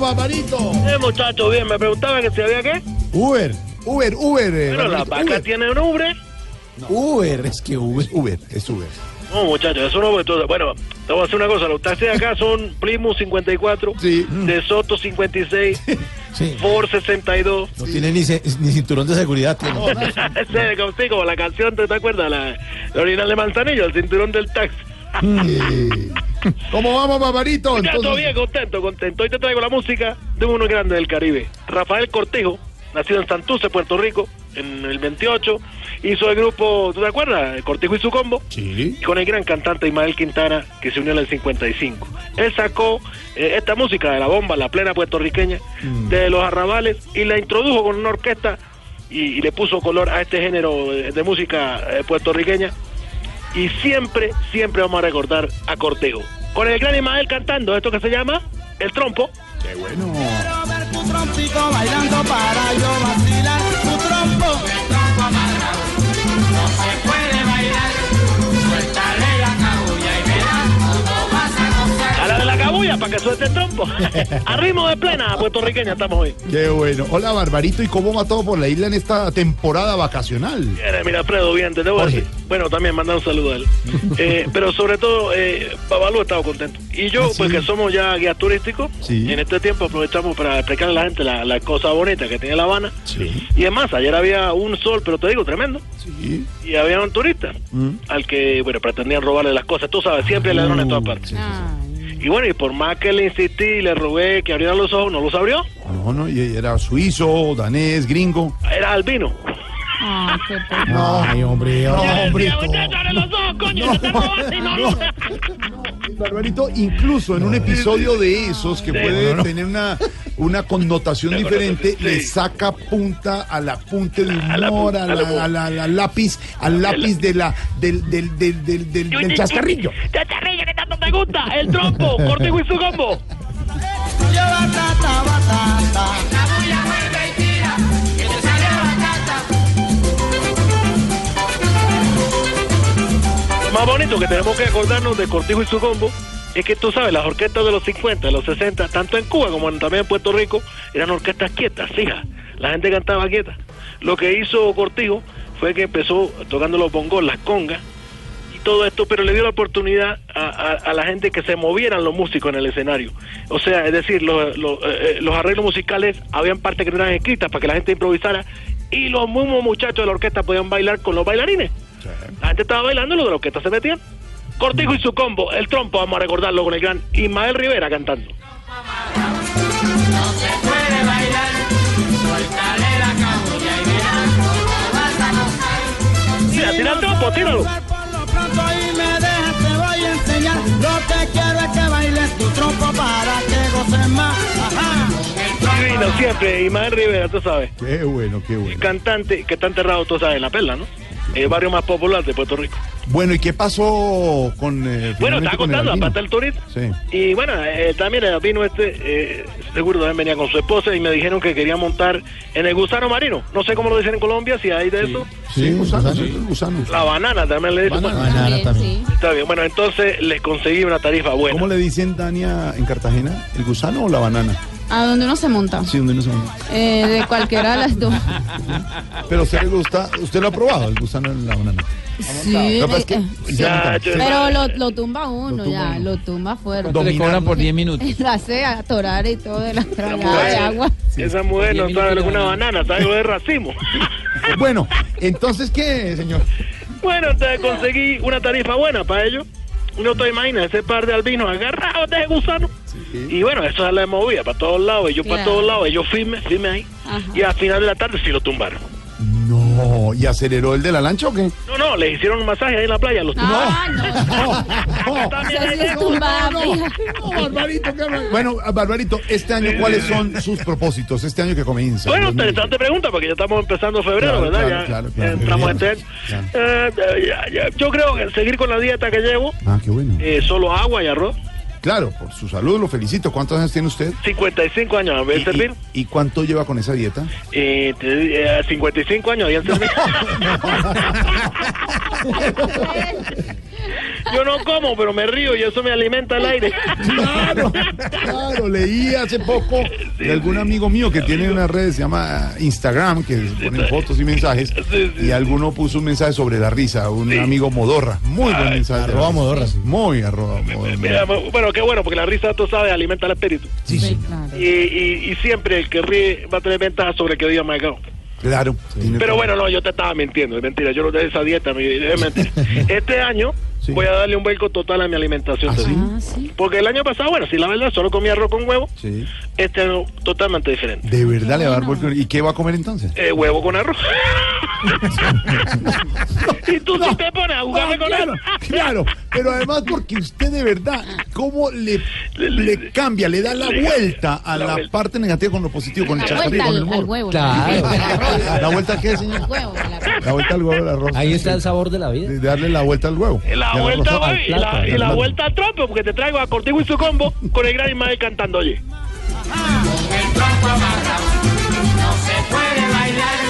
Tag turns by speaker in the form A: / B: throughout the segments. A: paparito?
B: Eh, muchacho, bien, me preguntaba que si había qué.
A: Uber, Uber, Uber. eh,
B: Pero las
A: paparito,
B: vacas
A: Uber.
B: tienen ubre.
A: Uber, es que Uber. Uber, es Uber.
B: No, muchachos, eso no. Entonces, bueno, te voy a hacer una cosa. Los taxis de acá son Plymouth 54,
A: Sí.
B: De Soto 56,
C: Sí.
B: Ford 62.
C: No tiene ni, ce- ni cinturón de seguridad. tiene.
B: Ese de como, sí, como la canción, ¿te te acuerdas? La, la original de Manzanillo, el cinturón del taxi.
A: Eh, ¿Cómo vamos, paparito?
B: Ya, todo
A: Entonces,
B: bien, contento, contento. Hoy te traigo la música de uno grande del Caribe. Rafael Cortijo, nacido en Santurce, Puerto Rico, en el 28. Hizo el grupo, ¿tú te acuerdas? Cortijo y su combo.
A: sí.
B: y con el gran cantante Ismael Quintana que se unió en el 55. Él sacó eh, esta música de la bomba, la plena puertorriqueña, de los arrabales y la introdujo con una orquesta y, y le puso color a este género eh, de, música eh, puertorriqueña. Y siempre, siempre vamos a recordar a Cortejo. Con el gran Ismael cantando esto que se llama El Trompo.
A: Qué bueno.
D: Quiero ver tu trompico bailando para yo vacilar tu trompo. El trompo amarrado no se puede bailar. Suéltale la cabulla y verás cómo vas a gozar.
B: A la de la cabulla para que suelte el trompo. a ritmo de plena puertorriqueña estamos hoy.
A: Qué bueno. Hola, Barbarito. ¿Y cómo va todo por la isla en esta temporada vacacional?
B: Mira, mira, Fredo, bien, te debo
A: Jorge.
B: decir. Bueno, también mandar un saludo a él. Eh, pero sobre todo, eh, Babalú ha estado contento. Y yo,
A: Ah, sí.
B: pues que somos ya guías turísticos,
A: Sí.
B: y en este tiempo aprovechamos para explicarle a la gente la, la cosa bonita que tiene La Habana.
A: Sí.
B: Y además, ayer había un sol, pero te digo, tremendo.
A: Sí.
B: Y había un turista
A: Mm.
B: al que, bueno, pretendían robarle las cosas. Tú sabes, siempre hay
A: Uh,
B: ladrones en todas partes. Y bueno, y por más que le insistí y le rogué que abriera los ojos, no los abrió.
A: No, no, y era suizo, danés, gringo.
B: Era albino.
E: Ay, Ah, qué pena.
A: No,
B: Ah,
C: Ay, hombre.
A: No,
C: hombre.
A: hombre,
B: Decía, "Muchacho, abre los ojos, coño,
A: No.
B: no te robaste, no,
A: No.
B: no".
A: Barbarito, incluso en un episodio de esos que
B: Sí.
A: puede tener una, una connotación
B: Una
A: diferente,
B: connotación,
A: le
B: sí.
A: saca punta al apunte del
B: A la
A: humor,
B: punta,
A: a
B: al humor.
A: la- a la- al lápiz, al lápiz de la, del, del, del, del, del- del chascarrillo.
B: Chascarrillo, que tanto te gusta. El trompo, cortijo y su combo.
D: Yo batata, batata. Cabulla vuelve y tira, que te sale batata.
B: Lo más bonito que tenemos que acordarnos de cortijo y su combo es que tú sabes, las orquestas de los 50, de los 60, tanto en Cuba como en- también en Puerto Rico, eran orquestas quietas, fijas. La gente cantaba quieta. Lo que hizo Cortijo fue que empezó tocando los bongos, las congas y todo esto, pero le dio la oportunidad a, a- a la gente que se movieran los músicos en el escenario. O sea, es decir, los, los, eh, eh, los arreglos musicales habían partes que no eran escritas para que la gente improvisara y los mismos muchachos de la orquesta podían bailar con los bailarines. La gente estaba bailando y los de la orquesta se metían. Cortijo y su combo, el trompo, vamos a recordarlo con el gran Ismael Rivera cantando.
D: No se puede bailar. Suéltale la cabulla y verás cómo vas a gozar.
B: Mira, tira el trompo, tíralo.
D: Por lo pronto y me dejas, te voy a enseñar. Lo que quiero es que bailes tu trompo para que goces más. Ajá.
B: Divino, siempre, Ismael Rivera, tú sabes.
A: Qué bueno, qué bueno.
B: Cantante que está enterrado, tú sabes, en la perla, ¿no? El barrio más popular de Puerto Rico.
A: Bueno, ¿y qué pasó con. eh,
B: Bueno,
A: finalmente
B: estaba
A: con el
B: contando,
A: albino?
B: aparte el turista.
A: Sí.
B: Y bueno, eh, también el vino este, eh, seguro también venía con su esposa y me dijeron que quería montar en el gusano marino. No sé cómo lo dicen en Colombia, si hay de eso.
A: Sí,
C: Sí,
A: gusanos,
C: gusano.
A: sí, gusanos.
B: La banana también le dicen.
A: Banana.
B: Bueno,
C: Banana
E: También,
C: también.
E: sí.
B: está bien, bueno, entonces les conseguí una tarifa buena.
A: ¿Cómo le dicen, Dania, en Cartagena? ¿El gusano o la banana?
E: ¿A dónde uno se monta?
A: Sí, donde no se llama.
E: Eh, de cualquiera de las dos.
A: Pero a usted le gusta, usted lo ha probado, el gusano en la banana.
E: Sí,
A: Lo que pasa es
E: eh,
A: que-
B: Ya, Ah, yo-
E: pero lo, lo tumba uno
A: Lo tumba
E: ya,
A: uno.
E: lo tumba fuerte.
A: Dominar.
F: Le cobran por 10 minutos.
E: La hace atorar y todo de la tragada de
B: Esa-
E: agua.
B: Esa mujer no
F: Diez
B: sabe lo
F: minutos
B: que es una
F: de
B: banana, sabe lo de racimo.
A: Bueno, entonces, ¿qué, señor?
B: bueno, entonces conseguí una tarifa buena para ellos. No te imaginas ese par de albinos agarrados de ese gusano. Y bueno, eso es la movida para todos lados, ellos para
E: Claro.
B: todos lados, ellos firmes, firmes ahí.
E: Ajá.
B: Y al final de la tarde sí lo tumbaron.
A: No, ¿y aceleró el de la lancha o qué?
B: No, no, les hicieron un masaje ahí en la playa. Los tumbaron.
E: Ah, no.
A: No,
E: Eso sí es tumbada, mija.
A: no, Barbarito, qué barbar- Bueno, Barbarito, este año, ¿cuáles son sus propósitos? Este año que comienza.
B: Bueno,
A: 2020.
B: interesante pregunta, porque ya estamos empezando febrero,
A: Claro,
B: ¿verdad?
A: claro,
B: ya
A: claro, claro.
B: entramos en
A: Claro.
B: este año. Eh, ya, ya. Yo creo que seguir con la dieta que llevo,
A: Ah, qué bueno.
B: eh, solo agua y arroz.
A: Claro, por su salud lo felicito. ¿Cuántos años tiene usted?
B: 55 años, a ver, servir.
A: ¿Y, y cuánto lleva con esa dieta?
B: Eh, te- eh, 55 años, ya entendí. Yo no como, pero me río y eso me alimenta el aire.
A: Claro, claro, leí hace poco de algún amigo mío que tiene una red, se llama Instagram, que ponen fotos y mensajes,
B: Sí, sí.
A: y alguno puso un mensaje sobre la risa, un amigo Modorra, muy buen mensaje. de
C: arroba
A: risa.
C: Modorra, sí.
A: Muy arroba Modorra.
B: Mira, bueno, qué bueno, porque la risa, tú sabes, alimenta el espíritu.
C: Sí,
E: Sí,
C: sí.
E: claro.
B: Y, y- y siempre el que ríe va a tener ventaja sobre el que diga cagado.
A: Claro. tiene
B: Pero
A: todo.
B: bueno, no, yo te estaba mintiendo, es mentira, yo no de esa dieta, mi- es mentira. Este año
A: Sí.
B: voy a darle un vuelco total a mi alimentación.
A: ¿Ah,
B: te
A: sí?
B: digo.
E: Ah, sí.
B: Porque el año pasado, bueno, sí, la verdad, solo comía arroz con huevo,
A: Sí.
B: este año totalmente diferente.
A: De verdad le va a dar
E: Bueno.
A: vuelco. ¿Y qué va a comer entonces?
B: Eh, huevo con arroz. y tú sí te pones a jugarme
A: No,
B: con
A: Ah, claro,
B: él.
A: claro, pero además porque usted de verdad, ¿cómo le,
B: Le-
A: le cambia, le da la
B: le-
A: vuelta a
B: la
A: la,
B: vuelta.
A: parte negativa con lo positivo, con el
E: La vuelta
A: chascarrillo, con el
E: Ah, al, al
A: humor?
E: huevo.
C: Claro.
A: ¿La vuelta qué,
E: Al
A: señor?
E: huevo. la-
A: La vuelta al huevo del arroz.
F: Ahí está el sabor de la vida.
A: De darle la vuelta al huevo.
B: Y Eh, La
A: Del
B: vuelta,
A: arroz.
F: al
B: güey, y
F: plato,
B: la, y
A: al
B: la
A: plato.
B: vuelta al trompo, porque te traigo a Cortijo y su combo con el gran Ismael cantando, oye.
D: el tronco amarrado, no se puede bailar.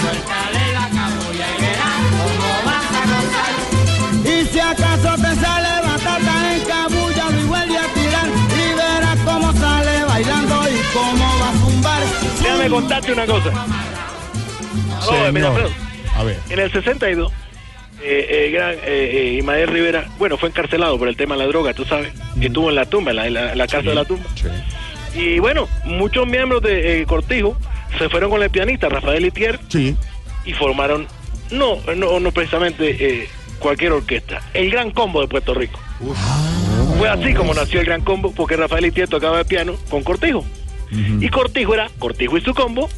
D: Suéltale la cabulla y verás cómo vas a gozar. Y si acaso te sale batata en cabulla, lo vuelve a tirar y verás cómo sale bailando y cómo va a zumbar.
B: Déjame contarte una cosa. Oh, mira,
A: Señor.
B: Alfredo,
A: A ver.
B: en el 62, eh, eh, gran, eh, eh, Ismael Rivera, bueno, fue encarcelado por el tema de la droga, tú sabes, que estuvo en la tumba, en la, en la- en la casa de la tumba.
A: Mm. Sí.
B: Y bueno, muchos miembros de eh, Cortijo se fueron con el pianista Rafael Itier
A: Sí.
B: y formaron, no, no, no precisamente eh, cualquier orquesta, el Gran Combo de Puerto Rico.
A: Ah,
B: Fue así como nació el Gran Combo, porque Rafael Itier tocaba el piano con Cortijo. Y Cortijo era Cortijo y su combo,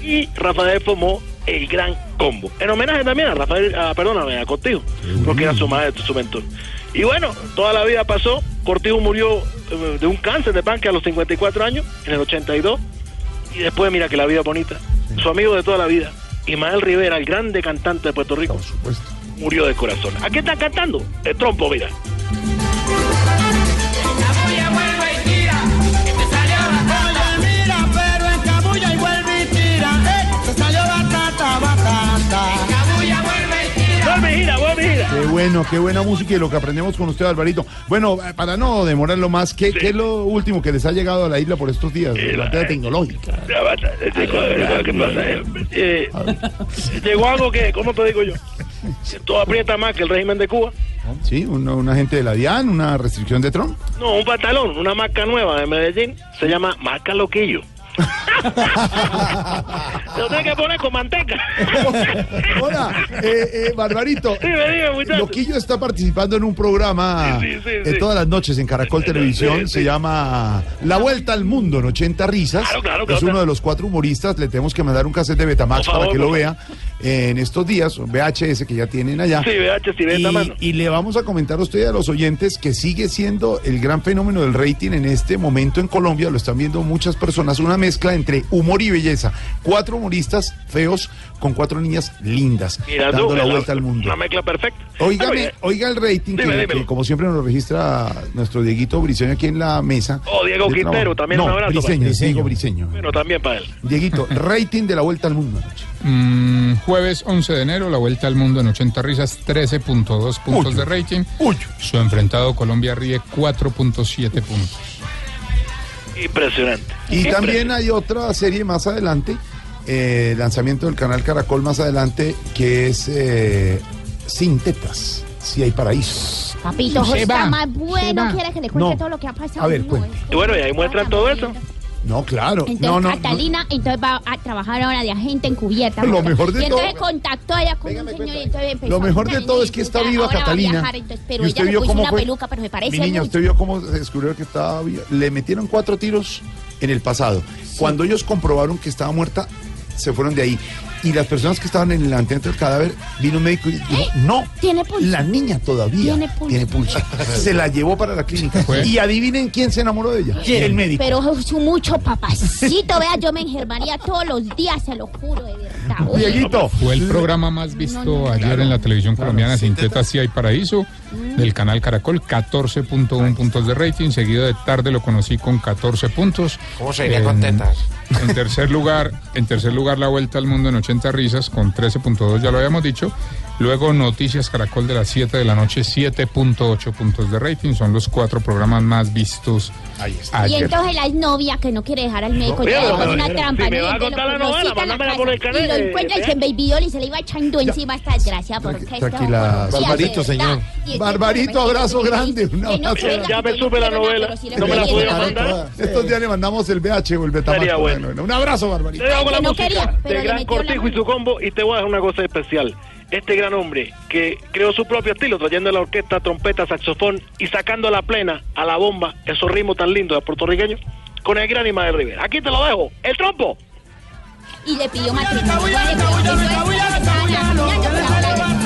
B: y Rafael formó el Gran Combo. En homenaje también a Rafael, a, perdóname, a Cortijo, porque era su maestro, su mentor. Y bueno, toda la vida pasó, Cortijo murió eh, de un cáncer de páncreas a los 54 años, en el 82, y después mira que la vida es bonita. Su amigo de toda la vida, Ismael Rivera, el grande cantante de Puerto Rico,
A: Por supuesto.
B: murió de corazón. ¿A qué está cantando? El trompo, mira.
D: Cabulla vuelve y tira, que te salió batata. mira, pero en cabulla y vuelve y tira, eh, te salió batata, batata. Cabulla vuelve y tira.
B: Vuelve y gira, vuelve y gira.
A: Qué bueno, qué buena música y lo que aprendemos con usted, Alvarito. Bueno, eh, para no demorarlo más, ¿qué, qué es lo último que les ha llegado a la isla por estos días? de
B: eh.
A: la tela tecnológica.
B: Ya basta, eh, chico, eh, ¿qué pasa? Eh, eh, llegó algo que, ¿cómo te digo yo? Todo aprieta más que el régimen de Cuba.
A: Sí, una, una gente de la DIAN, una restricción de Trump.
B: No, un pantalón, una marca nueva de Medellín, se llama Marca Loquillo. Te lo tienes que poner con manteca.
A: Hola, eh, eh, Barbarito.
B: Dime, dime, muchacho.
A: Loquillo está participando en un programa
B: Sí, sí, sí,
A: eh,
B: sí.
A: todas las noches en Caracol Televisión.
B: sí.
A: Se llama La Vuelta al Mundo en 80 Risas.
B: Claro, claro,
A: es
B: claro.
A: uno de los cuatro humoristas. Le tenemos que mandar un cassette de Betamax
B: Por favor,
A: para que lo
B: por
A: vea en estos días, un VHS que ya tienen allá.
B: Sí, VHS y
A: y,
B: Betamax.
A: y le vamos a comentar a usted y a los oyentes que sigue siendo el gran fenómeno del rating en este momento en Colombia. Lo están viendo muchas personas. Una mezcla entre humor y belleza. Cuatro humoristas feos con cuatro niñas lindas
B: Mira tú,
A: dando la
B: eh,
A: vuelta al mundo.
B: Una mezcla perfecta. eh,
A: Óigame,
B: Oye,
A: oiga el rating
B: Dime,
A: que,
B: dime.
A: que como siempre nos lo registra nuestro Dieguito Briseño aquí en la mesa.
B: Oh, Diego
A: de
B: Quintero,
A: trabajo.
B: también
A: no,
B: un abrazo,
A: Briseño,
C: Briseño.
A: Diego Briseño.
B: Bueno, también para él.
A: Dieguito, rating de la vuelta al mundo. anoche.
G: Mm, jueves 11 de enero, la vuelta al mundo en 80 risas, 13.2 puntos
A: Uy.
G: de rating.
A: Uy.
G: Su enfrentado Colombia ríe 4.7 puntos.
B: Impresionante.
A: Y también hay otra serie más adelante, eh, lanzamiento del canal Caracol más adelante, que es eh, Sin Tetas, Si hay Paraíso.
H: Papito, Jorge
G: Seba,
H: está más bueno.
G: Seba.
H: Quiere que le cuente
A: No.
H: todo lo que ha pasado.
A: A ver,
H: No,
A: cuente.
H: es-
B: Y bueno, y ahí muestran todo eso.
A: No, claro.
H: Entonces,
A: No, no, no.
H: Catalina entonces va a trabajar ahora de agente encubierta.
A: Lo mejor de
H: y entonces
A: todo-
H: contactó a ella con un señor y entonces empezó
A: Lo
H: a
A: mejor de
H: hablar,
A: todo
H: y
A: es que está
H: ahora
A: viva
H: va a
A: Catalina.
H: viajar, entonces, pero
A: y
H: ella
A: usted
H: le
A: vio
H: puso
A: cómo
H: una
A: fue.
H: peluca, pero me parece
A: Mi niña,
H: mucho.
A: usted vio cómo se descubrió que estaba viva. Le metieron cuatro tiros en el pasado. Cuando ellos comprobaron que estaba muerta, se fueron de ahí. Y las personas que estaban en el antento del cadáver, vino un médico y dijo, no,
H: ¿Eh? Tiene pulso.
A: la niña todavía
H: Tiene pulso.
A: tiene pulso. se la llevó para la clínica.
G: Fue.
A: Y adivinen quién se enamoró de ella. El médico.
H: Pero es mucho papacito, vea, yo me engermaría todos los días, se lo juro, de verdad.
A: Dieguito.
G: Fue el programa más visto ayer en la televisión colombiana, Sin Tetas Sí Hay Paraíso, del canal Caracol, 14.1 puntos de rating, seguido de Tarde lo conocí con 14 puntos.
F: ¿Cómo se iría
G: En-
F: con tetas?
G: En tercer lugar, en tercer lugar la Vuelta al Mundo en 80 risas con 13.2, ya lo habíamos dicho. Luego Noticias Caracol de las 7 de la noche, 7.8 puntos de rating, son los cuatro programas más vistos
A: Ahí está.
H: Y
G: ayer.
H: entonces la novia que no quiere dejar al médico,
B: No, pero,
H: ya le pone
B: pero,
H: una
B: pero,
H: trampa.
B: si me
H: le
B: va a
H: dice,
B: contar
H: lo
B: la novela,
H: cosita en la
B: mándamela por el
H: casa, Y lo
B: canal,
H: encuentra y
B: eh,
H: se en Baby Doll y se le iba echando encima esta desgracia. Porque es que
A: tranquila,
H: bueno, sí,
A: Barbarito,
H: hace verdad.
A: señor.
H: Y es que,
A: Barbarito,
H: bueno,
A: abrazo
H: que no
A: grande, un
H: quiere
A: abrazo.
H: que
B: Ya me
H: no
B: supe la
H: quiere
B: novela,
H: pero sí le
B: no me la
H: quiere,
B: pudieron
H: ¿verdad?
B: mandar.
A: Estos días le mandamos el BH o el
B: Estaría
A: Betamax.
B: bueno.
A: Bueno, Un abrazo, Barbarito.
B: Te dejo con la
H: Ay, no
B: música
H: quería, pero
B: de
H: le
B: Gran
H: metió la
B: Cortijo y
H: mano.
B: su combo y te voy a dejar una cosa especial. Este gran hombre que creó su propio estilo trayendo la orquesta, trompeta, saxofón y sacando a la plena, a la bomba, esos ritmos tan lindos de puertorriqueño con el gran Imael Rivera. Aquí te lo dejo, el trompo.
H: Y le pidió matrimonio. Vale, pero eso es- estaba caminando por la playa.
D: eh,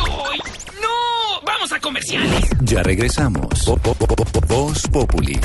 I: ¡No! ¡Vamos a comerciales!
J: Ya regresamos. Po- po- po- po- po- Voz Populi.